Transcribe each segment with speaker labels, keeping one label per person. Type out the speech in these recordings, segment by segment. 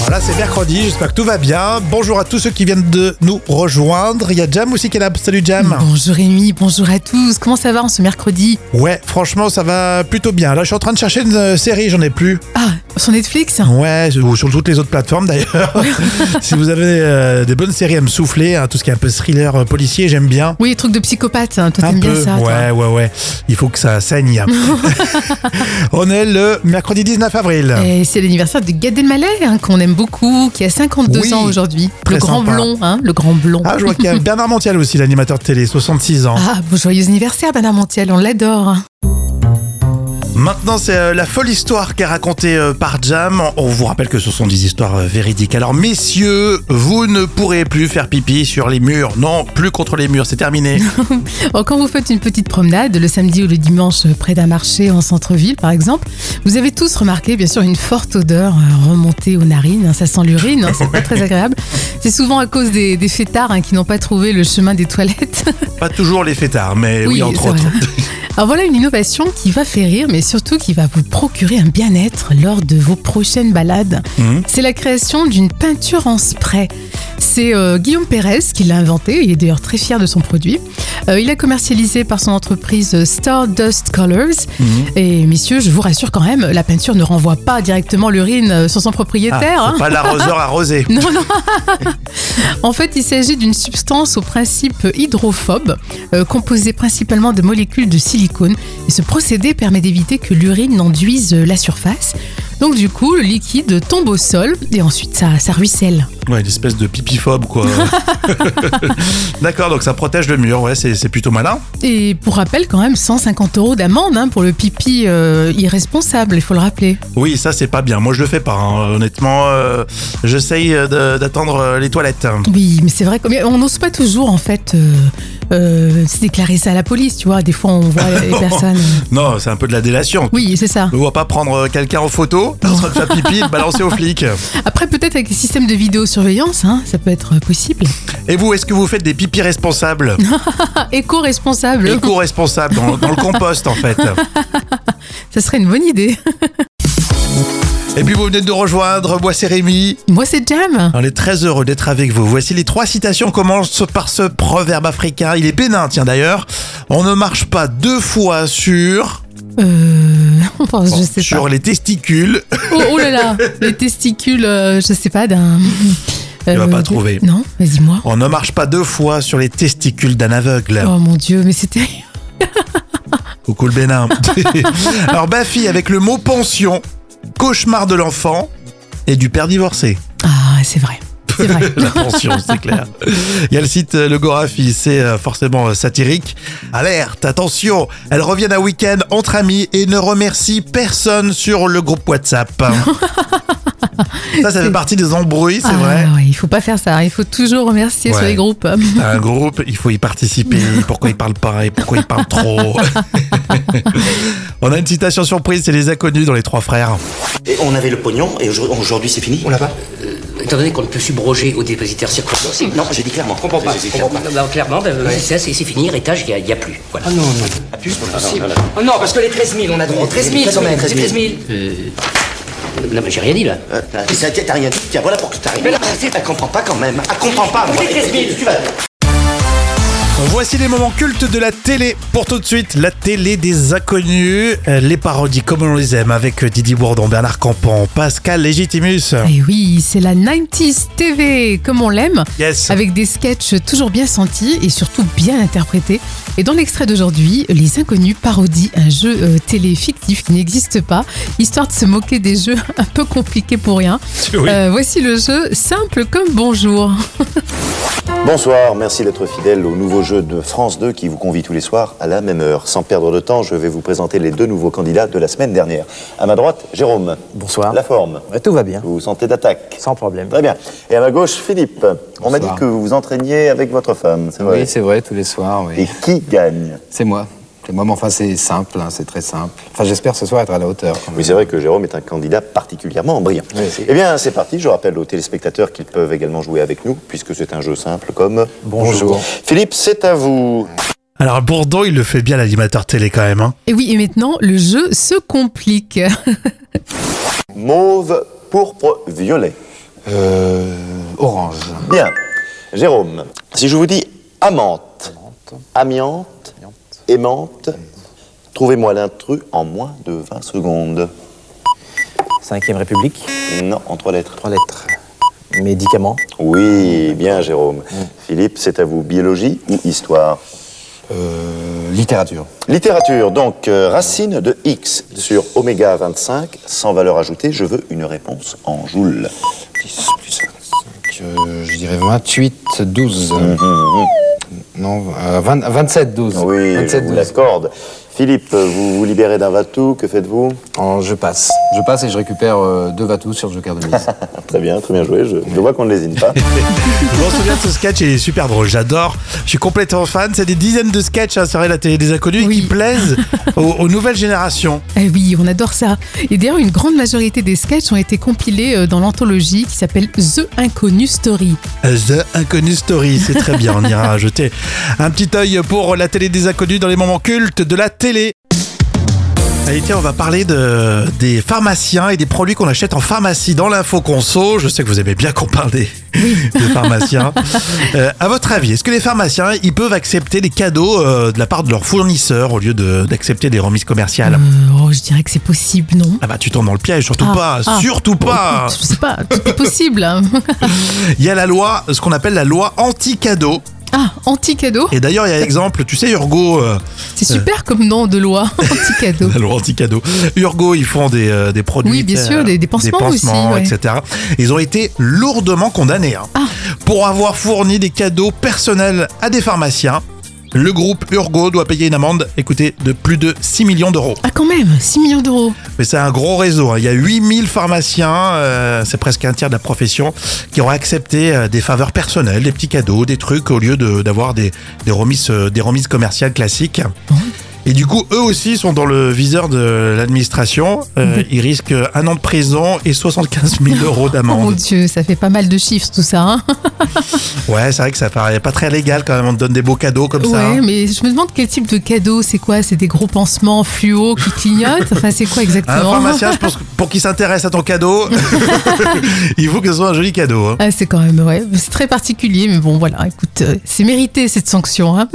Speaker 1: Voilà, c'est mercredi, j'espère que tout va bien. Bonjour à tous ceux qui viennent de nous rejoindre. Il y a Jam aussi qui est là. Salut Jam.
Speaker 2: Bonjour Rémi, bonjour à tous. Comment ça va en ce mercredi
Speaker 1: Ouais, franchement, ça va plutôt bien. Là, je suis en train de chercher une euh, série, j'en ai plus.
Speaker 2: Ah, sur Netflix
Speaker 1: Ouais, ou sur toutes les autres plateformes d'ailleurs. si vous avez euh, des bonnes séries à me souffler, hein, tout ce qui est un peu thriller euh, policier, j'aime bien.
Speaker 2: Oui, les trucs de psychopathe, hein. toi
Speaker 1: Un
Speaker 2: t'aimes bien
Speaker 1: peu,
Speaker 2: ça. toi.
Speaker 1: ouais, ouais, ouais. Il faut que ça saigne. On est le mercredi 19 avril.
Speaker 2: Et c'est l'anniversaire de Gad Elmaleh hein, qu'on aime beaucoup, qui a 52
Speaker 1: Oui,
Speaker 2: ans aujourd'hui.
Speaker 1: très
Speaker 2: Le grand
Speaker 1: sympa.
Speaker 2: blond, hein, le grand blond.
Speaker 1: Ah, je vois qu'il y a Bernard Montiel aussi, l'animateur de télé, 66 ans.
Speaker 2: Ah, bon joyeux anniversaire Bernard Montiel, on l'adore. hein.
Speaker 1: Maintenant, c'est euh, la folle histoire qui est racontée euh, par Jam. On vous rappelle que ce sont des histoires euh, véridiques. Alors, messieurs, vous ne pourrez plus faire pipi sur les murs. Non, plus contre les murs, c'est terminé.
Speaker 2: Alors, Oh, quand vous faites une petite promenade, le samedi ou le dimanche euh, près d'un marché en centre-ville par exemple, vous avez tous remarqué bien sûr une forte odeur euh, remontée aux narines, hein, ça sent l'urine, hein, c'est pas très agréable. C'est souvent à cause des, des fêtards hein, qui n'ont pas trouvé le chemin des toilettes.
Speaker 1: Pas toujours les fêtards, mais oui,
Speaker 2: Oui,
Speaker 1: entre
Speaker 2: c'est
Speaker 1: autres.
Speaker 2: vrai. Alors voilà une innovation qui va faire rire, mais surtout qui va vous procurer un bien-être lors de vos prochaines balades.
Speaker 1: Mhm.
Speaker 2: C'est la création d'une peinture en spray. C'est euh, Guillaume Pérez qui l'a inventé, il est d'ailleurs très fier de son produit. Euh, il a commercialisé par son entreprise euh, Stardust Colors.
Speaker 1: Mhm.
Speaker 2: Et messieurs, je vous rassure quand même, la peinture ne renvoie pas directement l'urine euh, sur son
Speaker 1: Ah,
Speaker 2: propriétaire. hein.
Speaker 1: c'est pas l'arroseur arrosé.
Speaker 2: Non, non. en fait, il s'agit d'une substance au principe hydrophobe, euh, composée principalement de molécules de silicone. Et ce procédé permet d'éviter que l'urine n'enduise euh, la surface. Donc du coup, le liquide tombe au sol et ensuite ça, ça ruisselle.
Speaker 1: Ouais, une espèce de pipiphobe, quoi. D'accord, donc ça protège le mur, ouais, c'est c'est plutôt malin.
Speaker 2: Et pour rappel, quand même, 150 euros d'amende hein, pour le pipi euh, irresponsable, il faut le rappeler.
Speaker 1: Oui, ça, c'est pas bien. Moi, je le fais pas, hein. honnêtement. euh, J'essaye euh, de- d'attendre euh, les toilettes.
Speaker 2: Oui, mais c'est vrai qu'on- mais on n'ose pas toujours en fait euh, euh, se déclarer ça à la police, tu vois. Des fois, on voit les personnes. euh,
Speaker 1: Non, c'est un peu de la délation.
Speaker 2: Oui, c'est ça.
Speaker 1: On va pas prendre euh, quelqu'un en photo, en train de faire pipi et le balancer aux flics.
Speaker 2: Après, peut-être avec les systèmes de vidéosurveillance, hein, ça peut être possible.
Speaker 1: Et vous, est-ce que vous faites des pipis responsables
Speaker 2: Ah, éco-responsable,
Speaker 1: Éco-responsables, dans, dans le compost en fait
Speaker 2: ça serait une bonne idée.
Speaker 1: Et puis vous venez de nous rejoindre, moi c'est Rémi.
Speaker 2: Moi, c'est Jam.
Speaker 1: On est très heureux d'être avec vous. Voici les trois citations commencent par ce proverbe africain. Il est bénin, tiens d'ailleurs. On ne marche pas deux fois sur, oh,
Speaker 2: Euh, enfin, je sais pas.
Speaker 1: sur les testicules.
Speaker 2: Oh, oh là là, les testicules, euh, je sais pas, d'un. Tu
Speaker 1: vas pas trouver.
Speaker 2: Non, vas-y, moi.
Speaker 1: On ne marche pas deux fois sur les testicules d'un aveugle.
Speaker 2: Oh mon dieu, mais c'était.
Speaker 1: Coucou le Bénin. Alors Bafi avec le mot pension, cauchemar de l'enfant et du père divorcé.
Speaker 2: Ah, c'est vrai. C'est vrai.
Speaker 1: La pension, c'est clair. Il y a le site euh, Le Gorafi, c'est euh, forcément euh, satirique. Alerte, attention, elles reviennent un week-end entre amis et ne remercient personne sur le groupe WhatsApp. Ça, ça fait
Speaker 2: C'est-
Speaker 1: partie des embrouilles, c'est
Speaker 2: Ah,
Speaker 1: vrai.
Speaker 2: ouais, il faut pas faire ça. Il faut toujours remercier sur
Speaker 1: Ouais.
Speaker 2: les groupes.
Speaker 1: T'as Un groupe, il faut y participer. Pourquoi ils parlent pas et pourquoi ils parlent trop On a une citation surprise, c'est les inconnus dans les trois frères.
Speaker 3: Et on avait le pognon et aujourd'hui- aujourd'hui c'est fini.
Speaker 4: On l'a pas
Speaker 5: Étant donné qu'on ne peut subroger aux dépositaires circonstanciels.
Speaker 3: Non, j'ai dit clairement. Je
Speaker 4: comprends pas,
Speaker 3: J'ai dit
Speaker 4: je comprends
Speaker 3: clairement.
Speaker 5: Non, bah, clairement, bah, ça, c'est c'est fini, héritage, il n'y a, plus. Voilà.
Speaker 4: Ah non, non. Ah non, parce que les 13 000, on a droit. aux 13 000 quand même,
Speaker 3: 13 000.
Speaker 4: c'est 13 000.
Speaker 5: Non, mais j'ai rien dit là.
Speaker 3: Euh, et ça, T'as rien dit. Tiens, voilà pour que t'as rien.
Speaker 4: Mais non.
Speaker 3: dit. Elle comprend pas quand même. Elle comprend pas. moi.
Speaker 4: Écoutez, 13 000,
Speaker 3: Tu vas.
Speaker 1: Voici les moments cultes de la télé. Pour tout de suite, la télé des inconnus, Euh, les parodies comme on les aime avec Didi Bourdon, Bernard Campan, Pascal Légitimus.
Speaker 2: Et Eh oui, c'est la 90s TV, comme on l'aime.
Speaker 1: Yes.
Speaker 2: avec des sketchs toujours bien sentis et surtout bien interprétés. Et dans l'extrait d'aujourd'hui, les inconnus parodient un jeu euh, télé fictif qui n'existe pas, histoire de se moquer des jeux un peu compliqués pour rien.
Speaker 1: Oui.
Speaker 2: Euh, voici le jeu simple comme bonjour.
Speaker 6: Bonsoir, merci d'être fidèle au nouveau jeu de France 2 qui vous convie tous les soirs à la même heure. Sans perdre de temps, je vais vous présenter les deux nouveaux candidats de la semaine dernière. À ma droite, Jérôme.
Speaker 4: Bonsoir.
Speaker 6: La forme.
Speaker 4: Ouais, tout va bien.
Speaker 6: Vous vous sentez d'attaque
Speaker 4: Sans problème.
Speaker 6: Très bien. Et à ma gauche, Philippe. On m'a dit
Speaker 4: Bonsoir.
Speaker 6: que vous vous entraîniez avec votre femme, c'est vrai
Speaker 4: Oui, c'est vrai, tous les soirs,
Speaker 6: Et
Speaker 4: oui.
Speaker 6: qui gagne
Speaker 4: C'est moi. C'est moi, mais enfin, c'est simple, hein, c'est très simple. Enfin, j'espère ce soir être à la hauteur. quand même.
Speaker 6: Oui, c'est vrai que Jérôme est un candidat particulièrement brillant.
Speaker 4: Oui, c'est-
Speaker 6: eh bien, c'est parti. Je rappelle aux téléspectateurs qu'ils peuvent également jouer avec nous, puisque c'est un jeu simple comme...
Speaker 4: Bonjour.
Speaker 6: Philippe, c'est à vous.
Speaker 1: Alors Bourdon, il le fait bien l'animateur télé quand même. hein.
Speaker 2: Et oui, et maintenant, le jeu se complique.
Speaker 6: Mauve, pourpre, violet.
Speaker 4: Euh, orange.
Speaker 6: Bien. Jérôme, si je vous dis amante, amiante, aimante, trouvez-moi l'intrus en moins de 20 secondes.
Speaker 7: Cinquième République,
Speaker 6: Non, en trois lettres.
Speaker 7: trois lettres. Médicaments, Mm.
Speaker 6: Oui, bien Jérôme. Philippe, c'est à vous. Biologie ou histoire
Speaker 4: Euh, littérature.
Speaker 6: Littérature, donc euh, racine de x sur oméga 25, sans valeur ajoutée, je veux une réponse en joules.
Speaker 4: 10 plus 25. euh, je dirais 28, 12.
Speaker 6: Mhm,
Speaker 4: Non, euh, 20 27, 12.
Speaker 6: Oui, je
Speaker 4: 27,
Speaker 6: vous
Speaker 4: 12.
Speaker 6: l'accorde. Philippe, vous vous libérez d'un vatou, que faites-vous
Speaker 4: Oh, je passe. Je passe et je récupère euh, deux vatous sur le joker de mise.
Speaker 6: Ah, Très bien, très bien joué, je, je vois qu'on ne lésine pas.
Speaker 1: Je m'en souviens de ce sketch, il est super drôle, j'adore. Je suis complètement fan. C'est des dizaines de sketchs à la télé des inconnus
Speaker 2: Oui.
Speaker 1: qui plaisent aux, aux nouvelles générations.
Speaker 2: Ah oui, on adore ça. Et d'ailleurs, une grande majorité des sketchs ont été compilés euh, dans l'anthologie qui s'appelle The Inconnu Story.
Speaker 1: The Inconnu Story, c'est très bien. On ira jeter un petit œil pour la télé des inconnus dans les moments cultes de la télé. Allez, tiens, on va parler de, des pharmaciens et des produits qu'on achète en pharmacie dans l'info conso. Je sais que vous aimez bien qu'on parle des, des pharmaciens. Euh, à votre avis, est-ce que les pharmaciens, ils peuvent accepter des cadeaux euh, de la part de leurs fournisseurs au lieu de- d'accepter des remises commerciales
Speaker 2: Euh, oh, je dirais que c'est possible, non
Speaker 1: Ah bah tu tombes dans le piège, surtout
Speaker 2: Ah,
Speaker 1: pas,
Speaker 2: ah.
Speaker 1: surtout pas.
Speaker 2: Je sais pas, tout est possible. hein.
Speaker 1: Il y a la loi, ce qu'on appelle la loi anti-cadeau.
Speaker 2: Ah, anti-cadeau
Speaker 1: Et d'ailleurs, il y a exemple, tu sais Urgo, euh,
Speaker 2: C'est super comme nom de loi, anti-cadeau.
Speaker 1: la loi anti-cadeau. Urgo, ils font des, euh, des produits.
Speaker 2: Oui, bien sûr, des- des pansements aussi, ouais. Ah.
Speaker 1: etc. Ils ont été lourdement condamnés hein, pour avoir fourni des cadeaux personnels à des pharmaciens. Le groupe Urgo doit payer une amende, écoutez, de plus de 6 millions d'euros.
Speaker 2: Ah quand même, 6 millions d'euros.
Speaker 1: Mais c'est un gros réseau. hein. Il y a 8000 pharmaciens, euh, c'est presque un tiers de la profession, qui auraient accepté euh, des faveurs personnelles, des petits cadeaux, des trucs, au lieu de- d'avoir des, des, remises, euh, des remises commerciales classiques. Et du coup, eux aussi sont dans le viseur de l'administration. Euh, Ils risquent un an de prison et 75 000 euros
Speaker 2: Oh mon
Speaker 1: d'amende.
Speaker 2: dieu, ça fait pas mal de chiffres tout ça. hein.
Speaker 1: Ouais, c'est vrai que ça paraît pas très légal quand même. On te donne des beaux cadeaux comme ça.
Speaker 2: ouais,
Speaker 1: hein.
Speaker 2: mais je me demande quel type de cadeau, c'est quoi C'est des gros pansements fluo qui clignotent Enfin, c'est quoi
Speaker 1: Un
Speaker 2: exactement
Speaker 1: pharmacien, je pense, que pour qu'il s'intéresse à ton cadeau, il faut que ce soit un joli cadeau. hein.
Speaker 2: Ah, c'est quand même, ouais, c'est très particulier, mais bon, voilà, écoute, euh, c'est mérité cette sanction. Hein.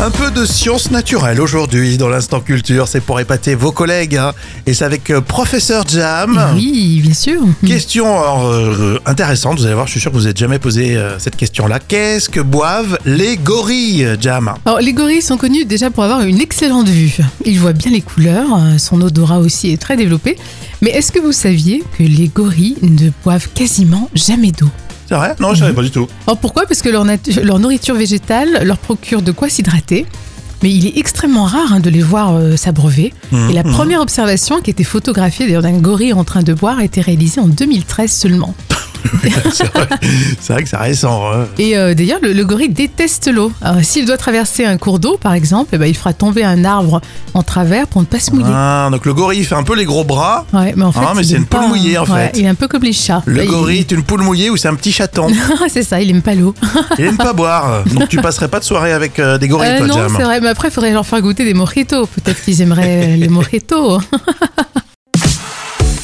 Speaker 1: Un peu de science naturelle aujourd'hui dans l'instant culture, c'est pour épater vos collègues hein. et c'est avec euh, professeur
Speaker 2: Ah.
Speaker 1: Jam.
Speaker 2: Oui, bien sûr.
Speaker 1: Question alors, euh, intéressante, vous allez voir, je suis sûr que vous n'êtes jamais posé euh, cette question-là. Qu'est-ce que boivent les gorilles, Jam
Speaker 2: Alors, les gorilles sont connus déjà pour avoir une excellente vue. Ils voient bien les couleurs, euh, son odorat aussi est très développé. Mais est-ce que vous saviez que les gorilles ne boivent quasiment jamais d'eau
Speaker 1: C'est vrai Non, je savais pas du tout.
Speaker 2: Alors pourquoi Parce que leur, natu- leur nourriture végétale leur procure de quoi s'hydrater. Mais il est extrêmement rare hein, de les voir euh, s'abreuver.
Speaker 1: Mmh,
Speaker 2: Et la première observation qui a été photographiée d'ailleurs d'un gorille en train de boire a été réalisée en 2013 seulement.
Speaker 1: c'est vrai, c'est vrai que c'est récent. hein.
Speaker 2: Et euh, d'ailleurs, le, le gorille déteste l'eau. Alors, S'il doit traverser un cours d'eau, par exemple, eh ben, il fera tomber un arbre en travers pour ne pas se mouiller.
Speaker 1: Ah, donc le gorille fait un peu les gros bras.
Speaker 2: Ouais, mais en fait,
Speaker 1: Ah, mais
Speaker 2: il
Speaker 1: c'est
Speaker 2: aime
Speaker 1: une poule
Speaker 2: pas- hein.
Speaker 1: mouillée, en
Speaker 2: ouais,
Speaker 1: fait.
Speaker 2: Il est un peu comme les chats.
Speaker 1: Le
Speaker 2: Ouais, il-
Speaker 1: gorille est une poule mouillée ou c'est un petit chaton.
Speaker 2: c'est ça, il aime pas l'eau.
Speaker 1: Il aime pas boire. Donc tu passerais pas de soirée avec euh, des gorilles,
Speaker 2: Euh,
Speaker 1: toi,
Speaker 2: non,
Speaker 1: Jam
Speaker 2: c'est vrai, mais après, il faudrait leur faire goûter des mojitos. Peut-être qu'ils aimeraient les mojitos.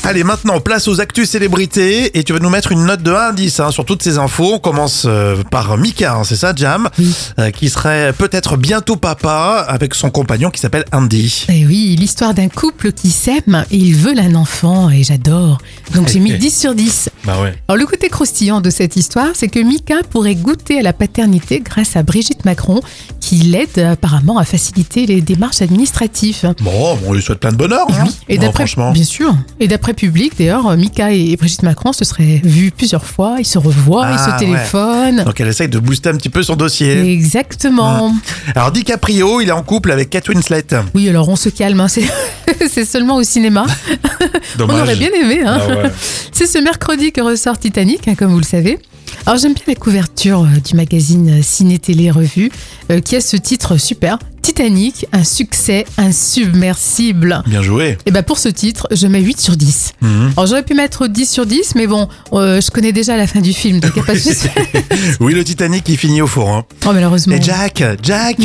Speaker 1: Allez, maintenant, place aux actus célébrités et tu vas nous mettre une note de 1 à 10 hein, sur toutes ces infos. On commence euh, par Mika, hein, c'est ça, Jam, euh, qui serait peut-être bientôt papa avec son compagnon qui s'appelle Andy.
Speaker 2: Et Eh oui, l'histoire d'un couple qui s'aime et ils veulent un enfant et j'adore. Donc j'ai mis 10 sur 10.
Speaker 1: Bah ouais.
Speaker 2: Alors le côté croustillant de cette histoire, c'est que Mika pourrait goûter à la paternité grâce à Brigitte Macron qui l'aide apparemment à faciliter les démarches administratives.
Speaker 1: Bon, on lui souhaite plein de bonheur. hein.
Speaker 2: Et
Speaker 1: Bon,
Speaker 2: d'après
Speaker 1: franchement.
Speaker 2: bien sûr. Et d'après public d'ailleurs, Mika et Brigitte Macron se seraient vus plusieurs fois, ils se revoient, ils
Speaker 1: Ah,
Speaker 2: se téléphonent.
Speaker 1: Donc elle essaye de booster un petit peu son dossier.
Speaker 2: Exactement.
Speaker 1: Alors DiCaprio, il est en couple avec Kate Winslet.
Speaker 2: Oui, alors on se calme, hein, c'est c'est seulement au cinéma.
Speaker 1: Dommage. Ah
Speaker 2: On aurait bien aimé. Hein. C'est ce mercredi que ressort Titanic, hein, comme vous le savez. Alors j'aime bien la couverture euh, du magazine Ciné Télé Revue, euh, qui a ce titre super Titanic, un succès insubmersible.
Speaker 1: Bien joué.
Speaker 2: Et ben pour ce titre, je mets 8 sur 10.
Speaker 1: Mhm.
Speaker 2: Alors j'aurais pu mettre 10 sur 10, mais bon, euh, je connais déjà la fin du film, donc il a pas de souci.
Speaker 1: Oui, le Titanic, il finit au four. hein.
Speaker 2: Oh malheureusement.
Speaker 1: Et Jack, Jack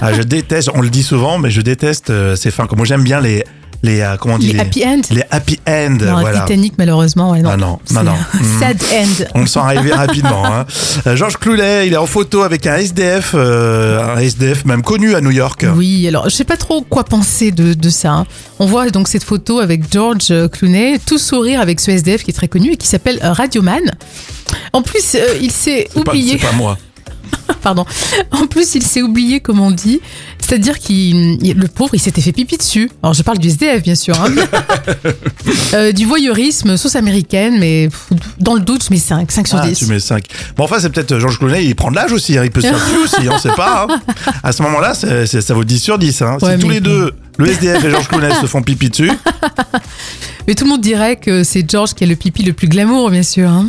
Speaker 1: Ah, Je déteste, on le dit souvent, mais je déteste euh, ces fins. Moi, j'aime bien les, les euh, comment on dit
Speaker 2: Les happy end
Speaker 1: les happy end,
Speaker 2: Non,
Speaker 1: voilà.
Speaker 2: Titanic, malheureusement, ouais, non.
Speaker 1: Ah non,
Speaker 2: C'est
Speaker 1: non, non.
Speaker 2: un
Speaker 1: Mm.
Speaker 2: Sad end.
Speaker 1: On le sent arriver rapidement. hein. Euh, Georges Cloulet, il est en photo avec un SDF, euh, un SDF même connu à New York.
Speaker 2: Oui, alors je sais pas trop quoi penser de, de ça. hein. On voit donc cette photo avec George euh, Clooney, tout sourire avec ce SDF qui est très connu et qui s'appelle euh, Radioman. En plus, euh, il s'est
Speaker 1: C'est pas-
Speaker 2: oublié.
Speaker 1: C'est pas moi.
Speaker 2: Pardon. En plus, il s'est oublié, comme on dit. C'est-à-dire qu'il, il- le pauvre, il s'était fait pipi dessus. Alors, je parle du SDF, bien sûr. hein. Euh, du voyeurisme, sauce américaine, mais pff, dans le doute, je mets 5, 5 sur
Speaker 1: Ah,
Speaker 2: 10.
Speaker 1: tu mets 5. Bon, enfin, c'est peut-être Georges Clooney, il prend de l'âge aussi, hein, il peut se faire plus aussi, on sait pas. hein. À ce moment-là, c'est- c'est- ça vaut 10 sur 10. Hein.
Speaker 2: Ouais,
Speaker 1: si tous
Speaker 2: mais
Speaker 1: les
Speaker 2: bon.
Speaker 1: deux, le SDF et Georges Clooney se font pipi dessus,
Speaker 2: Mais tout le monde dirait que c'est George qui a le pipi le plus glamour, bien sûr. hein.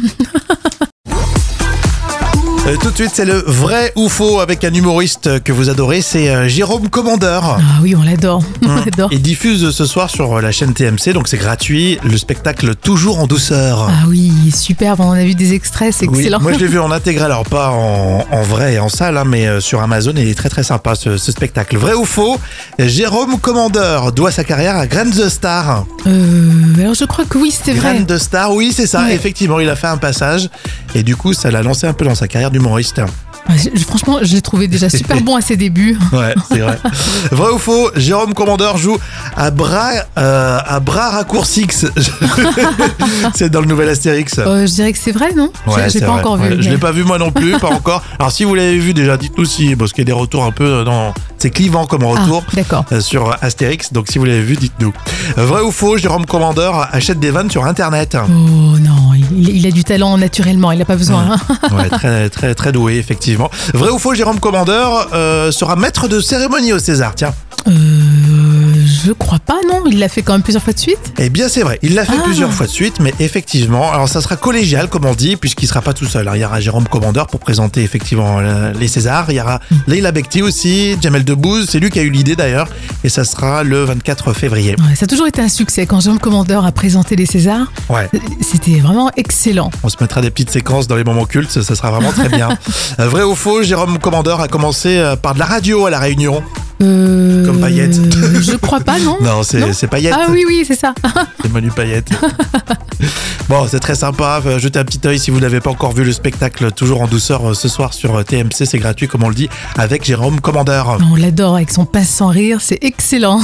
Speaker 1: euh, tout de suite, c'est le vrai ou faux avec un humoriste que vous adorez, c'est euh, Jérôme Commandeur.
Speaker 2: Ah oui, on l'adore. On
Speaker 1: Hein.
Speaker 2: l'adore.
Speaker 1: Il diffuse ce soir sur la chaîne TMC, donc c'est gratuit, le spectacle Toujours en douceur.
Speaker 2: Ah oui, superbe. On en a vu des extraits, c'est
Speaker 1: Oui,
Speaker 2: excellent.
Speaker 1: moi je l'ai vu en intégral, alors pas en, en vrai et en salle, hein, mais euh, sur Amazon, il est très très sympa ce, ce spectacle. Vrai ou faux, Jérôme Commandeur doit sa carrière à Grand the Star.
Speaker 2: Euh, alors, je crois que oui, c'était vrai.
Speaker 1: Graine de star, oui, c'est ça.
Speaker 2: Ouais.
Speaker 1: Effectivement, il a fait un passage et du coup, ça l'a lancé un peu dans sa carrière d'humoriste.
Speaker 2: Ouais, Ah, je- franchement, je l'ai trouvé déjà super bon à ses débuts.
Speaker 1: Ouais, c'est vrai. vrai ou faux Jérôme Commandeur joue à bras, euh, à bras raccourcis. c'est dans le nouvel Astérix.
Speaker 2: Euh, je dirais que c'est vrai, non Je-
Speaker 1: Ouais,
Speaker 2: Je
Speaker 1: c'est
Speaker 2: l'ai pas
Speaker 1: vrai.
Speaker 2: encore
Speaker 1: Ouais,
Speaker 2: vu.
Speaker 1: Je l'ai
Speaker 2: mais-
Speaker 1: pas vu moi non plus, pas encore. Alors si vous l'avez vu déjà, dites-nous si, parce qu'il y a des retours un peu euh, dans. C'est clivant comme
Speaker 2: Ah,
Speaker 1: retour.
Speaker 2: D'accord.
Speaker 1: euh, Sur Astérix, donc si vous l'avez vu, dites-nous. Euh, Vrai ou faux, Jérôme Commandeur achète des vannes sur Internet.
Speaker 2: Oh non, il, il a du talent naturellement, il n'a pas besoin. hein.
Speaker 1: Ouais, très, très, très doué, effectivement. Vrai ou faux, Jérôme Commandeur euh, sera maître de cérémonie au César, tiens.
Speaker 2: Euh, je crois pas, non Il l'a fait quand même plusieurs fois de suite
Speaker 1: Eh bien, c'est vrai. Il l'a fait
Speaker 2: Ah.
Speaker 1: plusieurs fois de suite, mais effectivement, alors ça sera collégial, comme on dit, puisqu'il sera pas tout seul. hein. Il y aura Jérôme Commandeur pour présenter, effectivement, euh, les Césars. Il y aura
Speaker 2: Mm.
Speaker 1: Leila Bekti aussi, Jamel Debbouze. C'est lui qui a eu l'idée, d'ailleurs. Et ça sera le 24 février.
Speaker 2: Ouais, Ça a toujours été un succès. Quand Jérôme Commandeur a présenté les Césars,
Speaker 1: Ouais.
Speaker 2: c'était vraiment excellent.
Speaker 1: On se mettra des petites séquences dans les moments cultes. Ça sera vraiment très bien. Euh, vrai ou faux, Jérôme Commandeur a commencé euh, par de la radio à La Réunion.
Speaker 2: Euh,
Speaker 1: Comme Payette.
Speaker 2: Je crois pas, non
Speaker 1: Non, c'est c'est Payette.
Speaker 2: Ah oui, oui, c'est ça.
Speaker 1: Les menus paillettes. bon, c'est très sympa. Euh, Jetez un petit œil si vous n'avez pas encore vu le spectacle, toujours en douceur euh, ce soir sur euh, TMC. C'est gratuit, comme on le dit, avec Jérôme Commandeur.
Speaker 2: On l'adore avec son passe sans rire, c'est excellent.